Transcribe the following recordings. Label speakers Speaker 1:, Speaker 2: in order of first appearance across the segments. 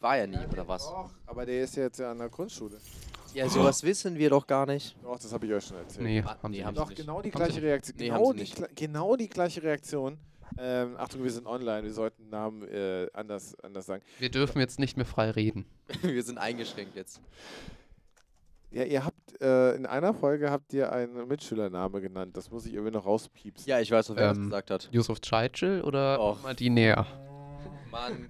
Speaker 1: War er nie, oder was?
Speaker 2: Doch, aber der ist jetzt ja an der Grundschule.
Speaker 1: Ja, sowas wissen wir doch gar nicht.
Speaker 2: Doch, das habe ich euch schon erzählt.
Speaker 3: Nee,
Speaker 1: Ah,
Speaker 3: haben
Speaker 1: nee,
Speaker 3: sie
Speaker 1: haben
Speaker 3: nicht.
Speaker 1: sie
Speaker 2: Doch,
Speaker 1: nicht.
Speaker 2: genau die
Speaker 3: Haben
Speaker 2: gleiche Reaktion.
Speaker 1: Nee,
Speaker 2: genau,
Speaker 1: haben
Speaker 2: die,
Speaker 1: sie
Speaker 2: gla- genau die gleiche Reaktion. Ähm, Achtung, wir sind online, wir sollten Namen äh, anders, anders sagen.
Speaker 3: Wir dürfen jetzt nicht mehr frei reden.
Speaker 1: wir sind eingeschränkt jetzt.
Speaker 2: Ja, ihr habt, äh, in einer Folge habt ihr einen Mitschülername genannt. Das muss ich irgendwie noch rauspiepsen.
Speaker 1: Ja, ich weiß, was wer das
Speaker 3: Ähm.
Speaker 1: gesagt hat.
Speaker 3: Yusuf Tschaitel oder
Speaker 1: Och.
Speaker 3: Madinea?
Speaker 1: Mann,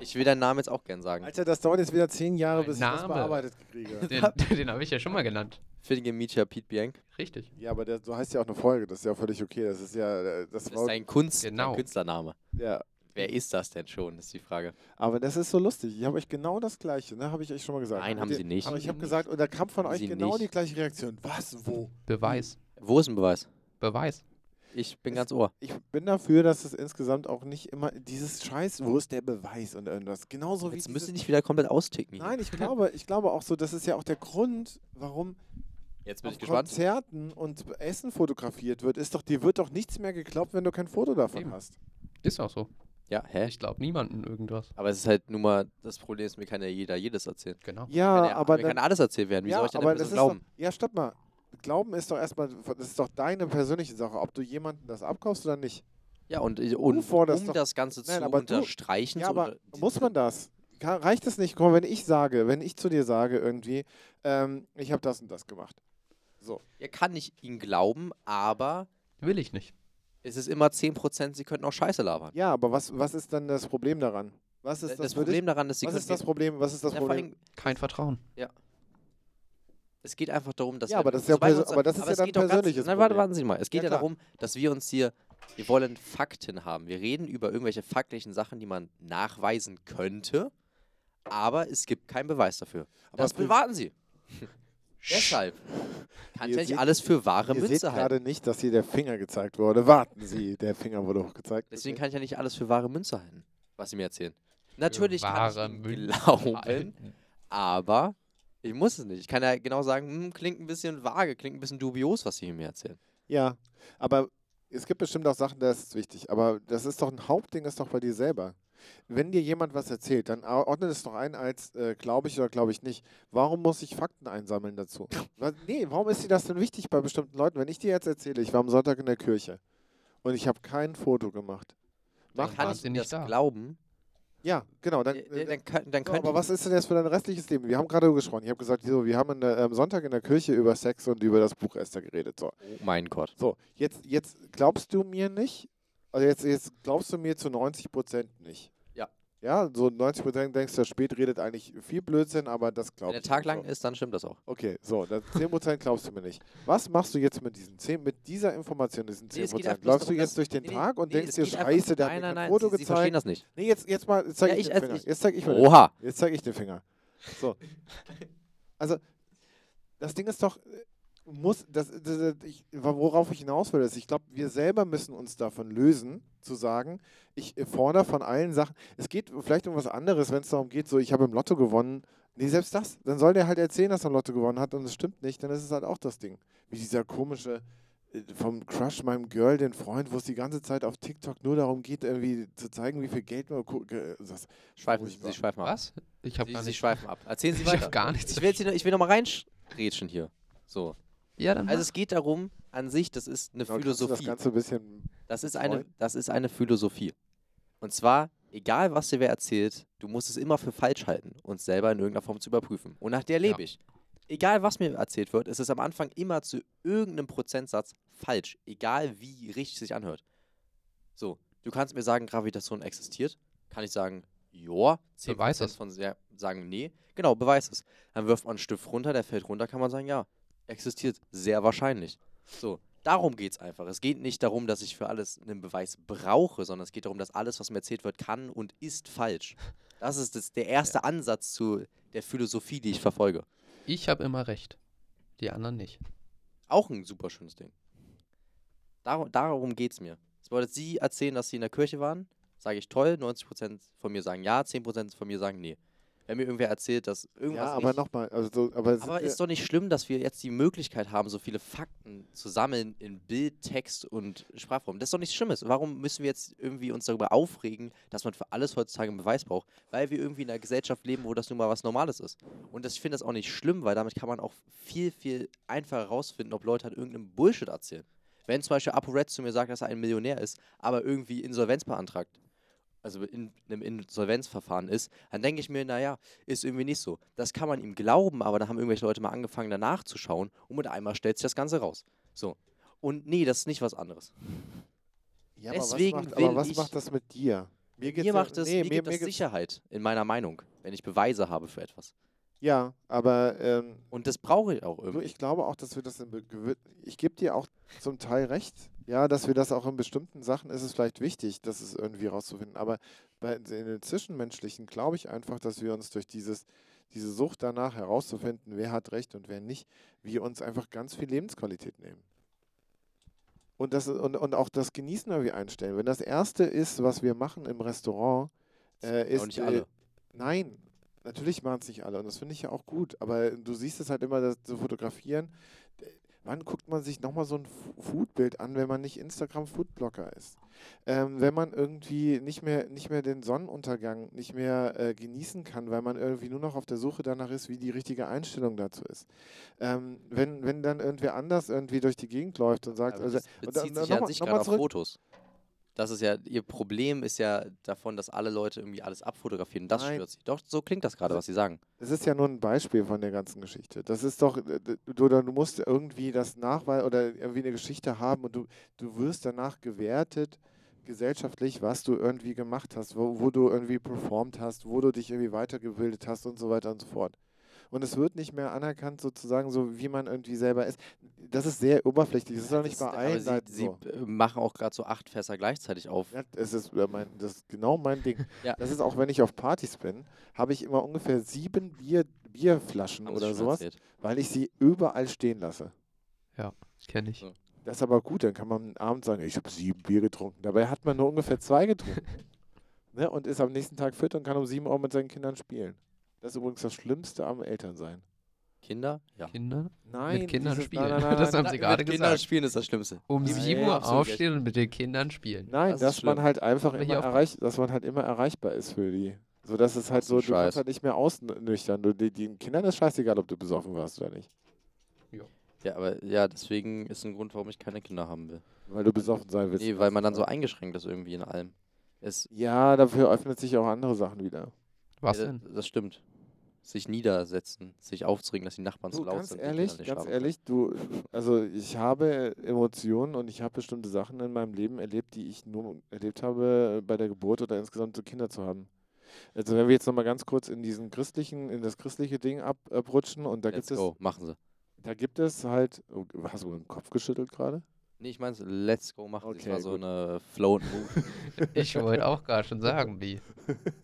Speaker 1: ich will deinen Namen jetzt auch gern sagen.
Speaker 2: Alter, das dauert jetzt wieder zehn Jahre,
Speaker 3: Mein
Speaker 2: bis ich das
Speaker 3: Name.
Speaker 2: bearbeitet kriege.
Speaker 3: Den, den habe ich ja schon mal genannt.
Speaker 1: Finge Mietja Pete Biank.
Speaker 3: Richtig.
Speaker 2: ja, aber der, so heißt ja auch eine Folge. Das ist ja völlig okay. Das ist ja, äh, das,
Speaker 1: Das
Speaker 2: war,
Speaker 1: ist ein Kunst
Speaker 3: Genau.
Speaker 1: ein Künstlername.
Speaker 2: ja.
Speaker 1: Wer ist das denn schon, ist die Frage.
Speaker 2: Aber das ist so lustig. Ich habe euch genau das Gleiche, ne? Habe ich euch schon mal gesagt.
Speaker 1: Nein,
Speaker 2: Und
Speaker 1: haben
Speaker 2: ihr-
Speaker 1: sie nicht.
Speaker 2: Aber ich habe
Speaker 3: Haben sie
Speaker 2: gesagt, und da kam von
Speaker 1: Haben
Speaker 2: euch
Speaker 1: sie
Speaker 2: genau
Speaker 1: nicht.
Speaker 2: die gleiche Reaktion. Was? Wo?
Speaker 3: Beweis.
Speaker 1: Wo ist ein Beweis?
Speaker 3: Beweis.
Speaker 1: Ich bin
Speaker 2: Es-
Speaker 1: ganz ohr.
Speaker 2: Ich bin dafür, dass es insgesamt auch nicht immer dieses Scheiß, wo ist der Beweis und irgendwas. Genauso wie
Speaker 1: Jetzt
Speaker 2: dieses-
Speaker 1: müsst ihr nicht wieder komplett austicken. hier.
Speaker 2: Nein, ich glaube, ich glaube auch so, das ist ja auch der Grund, warum
Speaker 1: Jetzt bin
Speaker 2: auf
Speaker 1: ich gespannt.
Speaker 2: Konzerten und Essen fotografiert wird, ist doch, dir wird doch nichts mehr geglaubt, wenn du kein Foto davon
Speaker 3: Eben.
Speaker 2: hast.
Speaker 3: Ist auch so.
Speaker 1: Ja, hä?
Speaker 3: Ich glaube niemanden irgendwas.
Speaker 1: Aber es ist halt nur mal, das Problem ist, mir kann ja jeder jedes erzählen.
Speaker 3: Genau.
Speaker 1: Kann
Speaker 2: Ja,
Speaker 1: ja-
Speaker 2: aber
Speaker 1: mir
Speaker 2: dann,
Speaker 1: kann alles erzählt werden. Wie
Speaker 2: ja,
Speaker 1: soll ich denn
Speaker 2: aber
Speaker 1: der
Speaker 2: das ist
Speaker 1: Person
Speaker 2: doch,
Speaker 1: glauben?
Speaker 2: ja, stopp mal. Glauben ist doch erstmal, das ist doch deine persönliche Sache, ob du jemanden das abkaufst oder nicht.
Speaker 1: Ja, und, und
Speaker 2: forderst
Speaker 1: um
Speaker 2: doch-
Speaker 1: das Ganze
Speaker 2: Nein,
Speaker 1: zu
Speaker 2: aber du-
Speaker 1: unterstreichen,
Speaker 2: Ja,
Speaker 1: zu
Speaker 2: aber
Speaker 1: unter-
Speaker 2: muss man das? Ka- Reicht es nicht? Guck mal, wenn ich sage, wenn ich zu dir sage irgendwie, ähm, ich habe das und das gemacht. So.
Speaker 1: Ja, kann ich ihnen glauben, aber
Speaker 3: Will ich nicht.
Speaker 1: es ist immer 10%, sie könnten auch Scheiße labern.
Speaker 2: Ja, aber was, was ist dann das Problem daran? Was ist
Speaker 1: Äh, Das,
Speaker 2: das, für dich?
Speaker 1: Problem daran ist, sie
Speaker 2: Was
Speaker 1: können
Speaker 2: ist das Problem? Was ist das
Speaker 1: ja, vor
Speaker 2: Problem?
Speaker 1: allem,
Speaker 3: Kein Vertrauen.
Speaker 1: es geht einfach darum, dass
Speaker 2: Ja,
Speaker 1: wir-
Speaker 2: aber das ist ja
Speaker 1: sobald wir
Speaker 2: perso-
Speaker 1: uns-
Speaker 2: aber das ist ja
Speaker 1: es
Speaker 2: dann
Speaker 1: geht doch
Speaker 2: persönliches
Speaker 1: Ganz, nein, warte,
Speaker 2: Problem.
Speaker 1: warten Sie mal. Es geht
Speaker 2: Ja,
Speaker 1: ja,
Speaker 2: klar.
Speaker 1: darum, dass wir uns hier, wir wollen Fakten haben. Wir reden über irgendwelche faktlichen Sachen, die man nachweisen könnte, aber es gibt keinen Beweis dafür.
Speaker 2: Aber
Speaker 1: das
Speaker 2: pri-
Speaker 1: bewahren Sie. Deshalb kann ich
Speaker 2: Ihr
Speaker 1: ja nicht
Speaker 2: seht-
Speaker 1: alles für wahre
Speaker 2: Ihr seht
Speaker 1: Münze halt. halten.
Speaker 2: gerade nicht, dass hier der Finger gezeigt wurde. Warten Sie, der Finger wurde hochgezeigt.
Speaker 1: Deswegen
Speaker 2: Okay.
Speaker 1: kann ich ja nicht alles für wahre Münze halten, was Sie mir erzählen. Natürlich kann ich
Speaker 3: wahre
Speaker 1: Ihnen
Speaker 3: Münze
Speaker 1: glauben,
Speaker 3: halten.
Speaker 1: Aber ich muss es nicht. Ich kann ja genau sagen, hm, klingt ein bisschen vage, klingt ein bisschen dubios, was sie mir erzählen.
Speaker 2: Ja, aber es gibt bestimmt auch Sachen, da ist es wichtig. Aber das ist doch ein Hauptding, ist doch bei dir selber. Wenn dir jemand was erzählt, dann au- ordnet es doch ein als äh, glaube ich oder glaube ich nicht. Warum muss ich Fakten einsammeln dazu? Was, nee, warum ist dir das denn wichtig bei bestimmten Leuten? Wenn ich dir jetzt erzähle, ich war am Sonntag in der Kirche und ich habe kein Foto gemacht.
Speaker 1: Dann
Speaker 2: Macht
Speaker 1: kann
Speaker 3: waren
Speaker 2: man.
Speaker 1: ich
Speaker 3: sie
Speaker 1: ihnen
Speaker 3: nicht
Speaker 1: das
Speaker 3: da.
Speaker 1: glauben.
Speaker 2: Ja, genau. Dann,
Speaker 1: Dann, Äh, dann, dann, könnt- dann
Speaker 2: So,
Speaker 1: könnte
Speaker 2: aber was ist denn jetzt für dein restliches Leben? Wir haben gerade darüber gesprochen. Ich habe gesagt, so, wir haben an der- am Sonntag in der Kirche über Sex und über das Buch Esther geredet. So,
Speaker 1: ich, oh mein Gott.
Speaker 2: so jetzt, jetzt glaubst du mir nicht, also jetzt, jetzt glaubst du mir zu 90 Prozent nicht.
Speaker 1: Ja.
Speaker 2: Ja, so 90 Prozent denkst du, spät redet eigentlich viel Blödsinn, aber das
Speaker 1: Wenn
Speaker 2: glaubst
Speaker 1: der
Speaker 2: du.
Speaker 1: Tag lang
Speaker 2: so.
Speaker 1: ist, dann stimmt das auch.
Speaker 2: Okay, so, dann 10 Prozent glaubst du mir nicht. Was machst du jetzt mit diesen 10, mit dieser Information, diesen
Speaker 1: Nee,
Speaker 2: 10
Speaker 1: es geht
Speaker 2: Prozent?
Speaker 1: einfach bloß
Speaker 2: Läufst du
Speaker 1: darum,
Speaker 2: jetzt
Speaker 1: dass-
Speaker 2: durch den
Speaker 1: nee, nee,
Speaker 2: Tag und
Speaker 1: nee,
Speaker 2: denkst
Speaker 1: es
Speaker 2: dir,
Speaker 1: geht einfach-
Speaker 2: scheiße, der hat
Speaker 1: Nein,
Speaker 2: mir
Speaker 1: nein,
Speaker 2: kein
Speaker 1: nein,
Speaker 2: Foto
Speaker 1: sie, sie verstehen
Speaker 2: gezeigt.
Speaker 1: das nicht.
Speaker 2: Nee, jetzt, jetzt mal, jetzt zeig
Speaker 1: Ja,
Speaker 2: ich,
Speaker 1: ich-
Speaker 2: den
Speaker 1: also
Speaker 2: Finger.
Speaker 1: ich-
Speaker 2: Jetzt zeig ich mir den
Speaker 1: Oha.
Speaker 2: Jetzt zeige ich den Finger. So. Also, das Ding ist doch, äh, muss, das, das, das, ich, worauf ich hinaus will, ist, ich glaube, wir selber müssen uns davon lösen, zu sagen, ich äh, fordere von allen Sachen. Es geht vielleicht um was anderes, wenn es darum geht, so, ich habe im Lotto gewonnen. Nee, selbst das. Dann soll der halt erzählen, dass er im Lotto gewonnen hat und es stimmt nicht, dann ist es halt auch das Ding. Wie dieser komische äh, vom Crush meinem Girl, den Freund, wo es die ganze Zeit auf TikTok nur darum geht, irgendwie zu zeigen, wie viel Geld man. ko- ge- äh, Das,
Speaker 1: Schweifen,
Speaker 2: Furchtbar.
Speaker 1: sie schweifen ab.
Speaker 3: Was? Ich habe
Speaker 1: Sie,
Speaker 3: gar
Speaker 1: sie
Speaker 3: nicht.
Speaker 1: schweifen ab. Erzählen Sie
Speaker 3: Ich
Speaker 1: weiter.
Speaker 3: habe gar nichts.
Speaker 1: Ich will, jetzt hier, noch- ich will noch mal reinrätschen hier. So.
Speaker 3: Ja, dann.
Speaker 1: Also es geht darum, an sich, das ist eine
Speaker 2: Genau, kannst du Das
Speaker 1: Äh, Philosophie.
Speaker 2: Ganze ein bisschen
Speaker 1: Das ist, eine,
Speaker 2: Voll.
Speaker 1: das ist eine Philosophie. Und zwar, egal was dir wer erzählt, du musst es immer für falsch halten und selber in irgendeiner Form zu überprüfen. Und nach der lebe
Speaker 3: Ja.
Speaker 1: ich. Egal was mir erzählt wird, ist es am Anfang immer zu irgendeinem Prozentsatz falsch. Egal wie richtig es sich anhört. So, du kannst mir sagen, Gravitation existiert. Kann ich sagen, joa. 10%
Speaker 3: Beweis es.
Speaker 1: Von sehr, sagen, nee. Genau, beweis es. Dann wirft man einen Stift runter, der fällt runter, kann man sagen, ja. Existiert sehr wahrscheinlich. So, darum geht es einfach. Es geht nicht darum, dass ich für alles einen Beweis brauche, sondern es geht darum, dass alles, was mir erzählt wird, kann und ist falsch. Das ist das, der erste Ansatz zu der Philosophie, die ich verfolge.
Speaker 3: Ich habe immer recht. Die anderen nicht.
Speaker 1: Auch ein super schönes Ding. Darum, darum geht es mir. Das bedeutet, Sie erzählen, dass Sie in der Kirche waren, sage ich toll, 90% von mir sagen ja, 10% von mir sagen nee. Wenn mir irgendwer erzählt, dass irgendwas
Speaker 2: Ja, aber
Speaker 1: nicht,
Speaker 2: nochmal, also so, aber,
Speaker 1: aber ist doch nicht schlimm, dass wir jetzt die Möglichkeit haben, so viele Fakten zu sammeln in Bild, Text und Sprachform. Das ist doch nichts Schlimmes. Warum müssen wir jetzt irgendwie uns darüber aufregen, dass man für alles heutzutage einen Beweis braucht? Weil wir irgendwie in einer Gesellschaft leben, wo das nun mal was Normales ist. Und das, ich finde das auch nicht schlimm, weil damit kann man auch viel, viel einfacher herausfinden, ob Leute halt irgendeinen Bullshit erzählen. Wenn zum Beispiel Apo Red zu mir sagt, dass er ein Millionär ist, aber irgendwie Insolvenz beantragt, also in einem Insolvenzverfahren ist, dann denke ich mir, naja, ist irgendwie nicht so. Das kann man ihm glauben, aber da haben irgendwelche Leute mal angefangen, danach zu schauen und mit einmal stellt sich das Ganze raus. So. Und nee, das ist nicht was anderes.
Speaker 2: ja, aber
Speaker 1: deswegen
Speaker 2: was macht, aber
Speaker 1: will
Speaker 2: was
Speaker 1: ich-
Speaker 2: macht das mit dir? Mir, geht's
Speaker 1: Mir
Speaker 2: ja-
Speaker 1: macht es
Speaker 2: nee,
Speaker 1: mir
Speaker 2: mir,
Speaker 1: gibt das
Speaker 2: mir geht's-
Speaker 1: Sicherheit, in meiner Meinung, wenn ich Beweise habe für etwas.
Speaker 2: Ja, aber ähm,
Speaker 1: Und das brauche ich auch
Speaker 2: Du,
Speaker 1: irgendwie.
Speaker 2: ich glaube auch, dass wir das in be- gewi- ich gebe dir auch zum Teil recht, ja, dass wir das auch in bestimmten Sachen ist es vielleicht wichtig, das es irgendwie rauszufinden. Aber bei in den zwischenmenschlichen glaube ich einfach, dass wir uns durch dieses diese Sucht danach herauszufinden, wer hat recht und wer nicht, wir uns einfach ganz viel Lebensqualität nehmen. Und, das, und, und auch das Genießen irgendwie einstellen. Wenn das Erste ist, was wir machen im Restaurant, äh,
Speaker 1: Auch
Speaker 2: ist
Speaker 1: nicht
Speaker 2: äh,
Speaker 1: alle.
Speaker 2: Nein, natürlich machen es nicht alle und das finde ich ja auch gut. Aber du siehst es halt immer, das zu fotografieren. D- Wann guckt man sich nochmal so ein Fu- Foodbild an, wenn man nicht Instagram-Foodblocker ist? Ähm, wenn man irgendwie nicht mehr, nicht mehr den Sonnenuntergang nicht mehr äh, genießen kann, weil man irgendwie nur noch auf der Suche danach ist, wie die richtige Einstellung dazu ist. Ähm, wenn, wenn dann irgendwer anders irgendwie durch die Gegend läuft und sagt,
Speaker 1: Aber
Speaker 2: also,
Speaker 1: das
Speaker 2: und dann-
Speaker 1: bezieht
Speaker 2: dann
Speaker 1: sich ja an
Speaker 2: nochmal-
Speaker 1: sich
Speaker 2: nochmal
Speaker 1: gerade auf
Speaker 2: zurück-
Speaker 1: Fotos. Das ist ja, ihr Problem ist ja davon, dass alle Leute irgendwie alles abfotografieren. Das
Speaker 2: Nein.
Speaker 1: stört sie. Doch, so klingt das gerade, was sie sagen.
Speaker 2: Es ist ja nur ein Beispiel von der ganzen Geschichte. Das ist doch, äh, d- du, oder du musst irgendwie das Nachweis oder irgendwie eine Geschichte haben und du, du wirst danach gewertet, gesellschaftlich, was du irgendwie gemacht hast, wo, wo du irgendwie performt hast, wo du dich irgendwie weitergebildet hast und so weiter und so fort. Und es wird nicht mehr anerkannt, sozusagen, so wie man irgendwie selber ist. Das ist sehr oberflächlich. Das ist doch nicht bei
Speaker 1: aber
Speaker 2: allen
Speaker 1: sie,
Speaker 2: Seiten
Speaker 1: sie
Speaker 2: so.
Speaker 1: äh, machen auch gerade so acht Fässer gleichzeitig auf.
Speaker 2: Ja, das ist, äh, mein, das ist genau mein Ding.
Speaker 1: Ja.
Speaker 2: Das ist auch, wenn ich auf Partys bin, habe ich immer ungefähr sieben Bier, Bierflaschen
Speaker 1: Haben sie
Speaker 2: oder
Speaker 1: schon
Speaker 2: sowas,
Speaker 1: erzählt.
Speaker 2: weil ich sie überall stehen lasse.
Speaker 3: Kenne ich.
Speaker 1: So.
Speaker 2: Das ist aber gut, dann kann man am Abend sagen, ich habe sieben Bier getrunken. Dabei hat man nur ungefähr zwei getrunken. ne? Und ist am nächsten Tag fit und kann um sieben Uhr mit seinen Kindern spielen. Das ist übrigens das Schlimmste am Elternsein.
Speaker 1: Kinder? Ja.
Speaker 3: Kinder?
Speaker 2: Nein,
Speaker 3: Kindern
Speaker 2: dieses-
Speaker 3: spielen.
Speaker 2: Nein, nein, nein,
Speaker 3: Das
Speaker 2: nein,
Speaker 3: haben sie
Speaker 1: Na,
Speaker 3: gerade
Speaker 1: mit Kindern
Speaker 3: gesagt.
Speaker 1: spielen ist das Schlimmste.
Speaker 3: Um
Speaker 2: Ja,
Speaker 3: 7
Speaker 2: ja,
Speaker 3: Uhr
Speaker 1: absolut recht.
Speaker 3: aufstehen und mit den Kindern spielen.
Speaker 2: nein
Speaker 1: Das ist
Speaker 2: dass man
Speaker 1: schlimm.
Speaker 2: halt einfach
Speaker 3: Muss man
Speaker 2: immer
Speaker 3: hier aufpassen.
Speaker 2: erreich, dass man halt immer erreichbar ist für die. So dass es halt
Speaker 1: Ach
Speaker 2: so,
Speaker 1: so,
Speaker 2: du kannst
Speaker 1: Scheiß.
Speaker 2: halt nicht mehr ausnüchtern. Du, die, den Kindern ist scheißegal, ob du besoffen warst oder nicht.
Speaker 1: Ja, aber ja, deswegen ist ein Grund, warum ich keine Kinder haben will.
Speaker 2: Weil du besoffen sein willst.
Speaker 1: Nee, weil man dann so eingeschränkt ist irgendwie in allem. Es,
Speaker 2: Ja, dafür öffnet sich auch andere Sachen wieder.
Speaker 3: Was
Speaker 1: ja,
Speaker 3: denn?
Speaker 1: Das, das stimmt. Sich niedersetzen, sich aufzuregen, dass die Nachbarn
Speaker 2: Du,
Speaker 1: zu laut
Speaker 2: ganz
Speaker 1: sind. die Kinder
Speaker 2: ehrlich,
Speaker 1: nicht
Speaker 2: ganz
Speaker 1: schlafen
Speaker 2: ehrlich, du, also ich habe Emotionen und ich habe bestimmte Sachen in meinem Leben erlebt, die ich nur erlebt habe äh, bei der Geburt oder insgesamt so Kinder zu haben. Also wenn wir jetzt nochmal ganz kurz in diesen christlichen, in das christliche Ding ab- abrutschen und da
Speaker 1: können. Let's
Speaker 2: gibt es,
Speaker 1: go, machen sie.
Speaker 2: da gibt es halt, oh, hast du den Kopf geschüttelt gerade?
Speaker 1: Nee, ich meine, let's go machen sie.
Speaker 2: Okay,
Speaker 1: Das war so
Speaker 2: gut.
Speaker 1: eine flow and move.
Speaker 3: Ich wollte auch gar schon sagen, wie.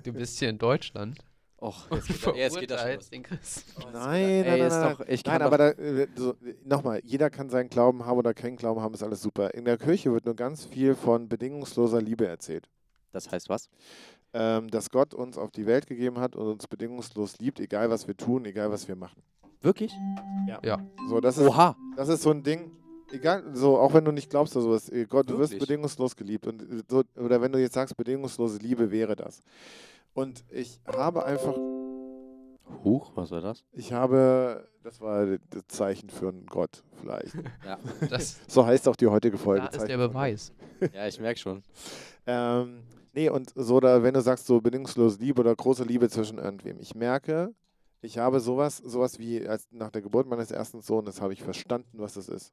Speaker 3: Du bist hier in Deutschland.
Speaker 1: Och,
Speaker 3: und
Speaker 1: jetzt geht, da- jetzt geht das schon los.
Speaker 3: verurteilst den Christen.
Speaker 2: Nein,
Speaker 1: Ey,
Speaker 2: nein,
Speaker 1: ist
Speaker 2: nein,
Speaker 1: doch, ich kann
Speaker 2: Nein, aber da, äh, so, nochmal, jeder kann seinen Glauben haben oder keinen Glauben haben, ist alles super. In der Kirche wird nur ganz viel von bedingungsloser Liebe erzählt.
Speaker 1: doch, das heißt was?
Speaker 2: ähm, dass Gott uns auf die Welt gegeben hat und uns bedingungslos liebt, egal was wir tun, egal was wir machen.
Speaker 1: Wirklich?
Speaker 2: So, das ist,
Speaker 1: Oha.
Speaker 2: das ist so ein Ding, egal, so, auch wenn du nicht glaubst oder sowas, äh, Gott, du wirst
Speaker 1: Wirklich?
Speaker 2: bedingungslos geliebt. Und äh, so, oder wenn du jetzt sagst, bedingungslose Liebe wäre das. Und ich habe einfach,
Speaker 1: Huch, was war das?
Speaker 2: ich habe, das war das Zeichen für einen Gott vielleicht.
Speaker 1: Ja,
Speaker 3: Oh, Das,
Speaker 2: So heißt auch die heutige Folge.
Speaker 3: da ist
Speaker 2: Zeichen
Speaker 3: der
Speaker 2: für einen Gott.
Speaker 3: Beweis.
Speaker 1: ja ich merke schon.
Speaker 2: Ähm, nee, und so, da, wenn du sagst, so bedingungslose Liebe oder große Liebe zwischen irgendwem. Ich merke, ich habe sowas, sowas wie als nach der Geburt meines ersten Sohnes habe ich verstanden, was es ist.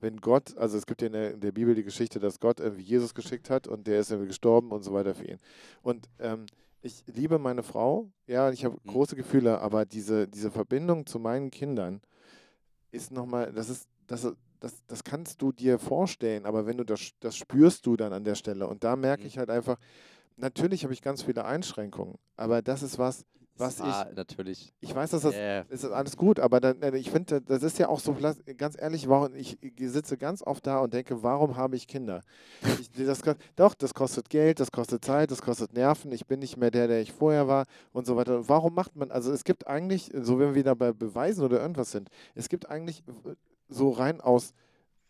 Speaker 2: Wenn Gott, also es gibt ja in der, in der Bibel die Geschichte, dass Gott irgendwie Jesus geschickt hat und der ist irgendwie gestorben und so weiter für ihn. Und ähm, ich liebe meine Frau, ja, und ich habe
Speaker 1: Mhm.
Speaker 2: große Gefühle, aber diese, diese Verbindung zu meinen Kindern ist nochmal, das ist, das, ist- das, das kannst du dir vorstellen, aber wenn du das, das spürst du dann an der Stelle. Und da merke
Speaker 1: Mhm.
Speaker 2: ich halt einfach, natürlich habe ich ganz viele Einschränkungen, aber das ist was, was ich.
Speaker 1: war natürlich. äh,
Speaker 2: Ich weiß, dass das
Speaker 1: Yeah.
Speaker 2: ist das alles gut, aber dann, äh, ich finde, das ist ja auch so, plas- ganz ehrlich, warum, ich sitze ganz oft da und denke, warum habe ich Kinder? Ich, das, ko- doch, das kostet Geld, das kostet Zeit, das kostet Nerven, ich bin nicht mehr der, der ich vorher war und so weiter. Warum macht man, also es gibt eigentlich, so wenn wir wieder bei Beweisen oder irgendwas sind, es gibt eigentlich äh, so rein aus,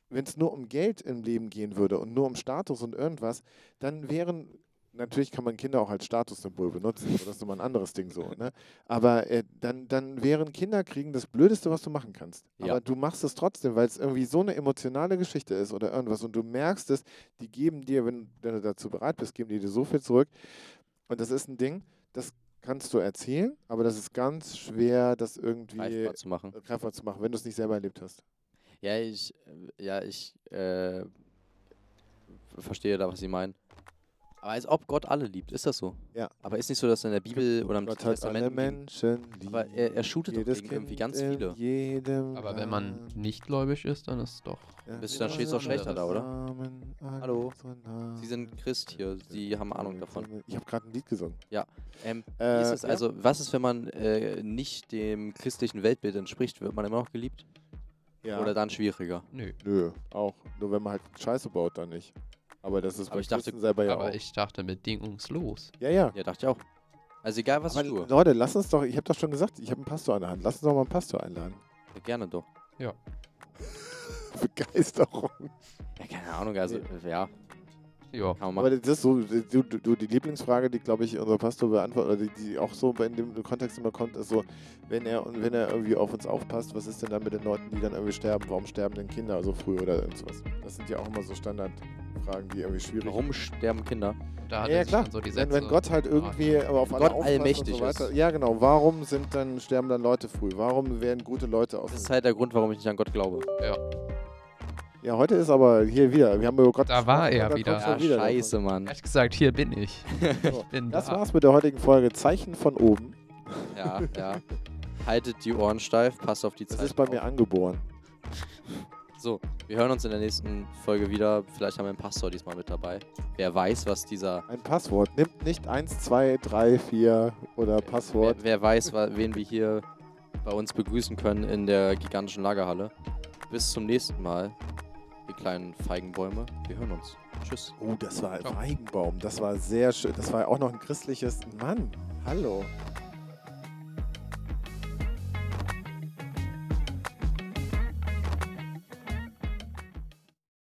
Speaker 2: wenn es nur um Geld im Leben gehen würde und nur um Status und irgendwas, dann wären, natürlich kann man Kinder auch als Statussymbol benutzen, aber das ist nochmal ein anderes Ding so, ne? Aber äh, dann, dann wären Kinderkriegen das Blödeste, was du machen kannst.
Speaker 1: Ja.
Speaker 2: Aber du machst es trotzdem, weil es irgendwie so eine emotionale Geschichte ist oder irgendwas und du merkst es, die geben dir, wenn, wenn du dazu bereit bist, geben die dir so viel zurück. Und das ist ein Ding, das kannst du erzählen, aber das ist ganz schwer, das irgendwie
Speaker 1: greifbar zu machen.
Speaker 2: greifbar äh, zu machen, wenn du es nicht selber erlebt hast.
Speaker 1: Ja, ich, äh, ja, ich äh, verstehe da, was Sie meinen. Aber als ob Gott alle liebt, ist das so?
Speaker 2: Ja.
Speaker 1: Aber ist nicht so, dass in der Bibel oder im
Speaker 2: Gott hat alle
Speaker 1: Testament
Speaker 2: Menschen lieb.
Speaker 1: aber er, er shootet doch
Speaker 2: Jedes
Speaker 1: gegen irgendwie
Speaker 2: Kind
Speaker 1: ganz
Speaker 2: in
Speaker 1: viele.
Speaker 2: Jedem
Speaker 3: Aber wenn man nicht gläubig ist, dann ist doch.
Speaker 2: Ja.
Speaker 1: Bist
Speaker 3: du- dann stehst du auch schlechter da,
Speaker 1: oder?
Speaker 2: Namen,
Speaker 1: Hallo.
Speaker 2: Namen.
Speaker 1: Sie sind Christ hier, Sie haben Ahnung davon.
Speaker 2: Ich habe gerade ein Lied gesungen.
Speaker 1: Ähm, wie
Speaker 2: Äh,
Speaker 1: ist es
Speaker 2: ja.
Speaker 1: also, was ist, wenn man äh, nicht dem christlichen Weltbild entspricht? Wird man immer noch geliebt?
Speaker 2: Ja.
Speaker 1: Oder dann schwieriger?
Speaker 3: Nö.
Speaker 2: Nö, auch. Nur wenn man halt Scheiße baut, dann nicht. Aber das ist
Speaker 1: Aber
Speaker 2: bei
Speaker 1: ich dachte-
Speaker 2: Christen selber ja
Speaker 3: aber
Speaker 2: auch.
Speaker 3: ich dachte bedingungslos.
Speaker 2: ja, ja.
Speaker 1: Ja, dachte ich auch. Also egal, was ich
Speaker 2: aber
Speaker 1: tue.
Speaker 2: Leute, lass uns doch, ich habe doch schon gesagt, ich habe einen Pastor an der Hand. Lass uns doch mal einen Pastor einladen.
Speaker 1: Ja, gerne doch.
Speaker 2: Begeisterung.
Speaker 1: Ja, keine Ahnung, also, ja,
Speaker 3: Ja.
Speaker 1: kann man machen.
Speaker 2: Aber das ist so, du, du, du, die Lieblingsfrage, die, glaube ich, unser Pastor beantwortet, oder die, die auch so in dem Kontext immer kommt, ist so, wenn er, wenn er irgendwie auf uns aufpasst, was ist denn dann mit den Leuten, die dann irgendwie sterben? Warum sterben denn Kinder so früh oder irgendwas? Das sind ja auch immer so Standardfragen, die irgendwie schwierig
Speaker 1: Warum sterben Kinder?
Speaker 3: Da hat
Speaker 2: Ja,
Speaker 3: er
Speaker 2: ja,
Speaker 3: sich
Speaker 2: klar.
Speaker 3: dann so die
Speaker 2: wenn,
Speaker 3: Sätze.
Speaker 2: wenn Gott halt irgendwie aber auf
Speaker 1: Wenn
Speaker 2: alle
Speaker 1: Gott
Speaker 2: aufpasst
Speaker 1: allmächtig
Speaker 2: und so weiter.
Speaker 1: ist.
Speaker 2: Ja, genau. Warum sind dann, sterben dann Leute früh? Warum werden gute Leute aus?
Speaker 1: Das ist halt der Grund, warum ich nicht an Gott glaube.
Speaker 2: ja, heute ist aber hier wieder. Wir haben über Gott
Speaker 3: halt Da war er
Speaker 2: kommt
Speaker 3: wieder.
Speaker 2: schon
Speaker 1: Ah,
Speaker 2: wieder
Speaker 1: scheiße, Mann.
Speaker 3: Er hat gesagt, hier bin ich.
Speaker 2: davon. So.
Speaker 3: Bin
Speaker 2: Das
Speaker 3: da.
Speaker 2: war's mit der heutigen Folge Zeichen von oben.
Speaker 1: Ja, ja. Haltet die Ohren steif, passt auf die
Speaker 2: Das
Speaker 1: Zeit.
Speaker 2: ist bei mir
Speaker 1: auf.
Speaker 2: angeboren.
Speaker 1: So, wir hören uns in der nächsten Folge wieder. Vielleicht haben wir einen Pastor diesmal mit dabei. Wer weiß, was dieser.
Speaker 2: Ein Passwort. Nimmt nicht 1, 2, 3, 4 oder Passwort.
Speaker 1: Wer, wer weiß, wa- wen wir hier bei uns begrüßen können in der gigantischen Lagerhalle. Bis zum nächsten Mal, ihr kleinen Feigenbäume. Wir hören uns. Tschüss.
Speaker 2: Oh, das war Feigenbaum. Das war sehr schön. Das war auch noch ein christliches. Mann, hallo.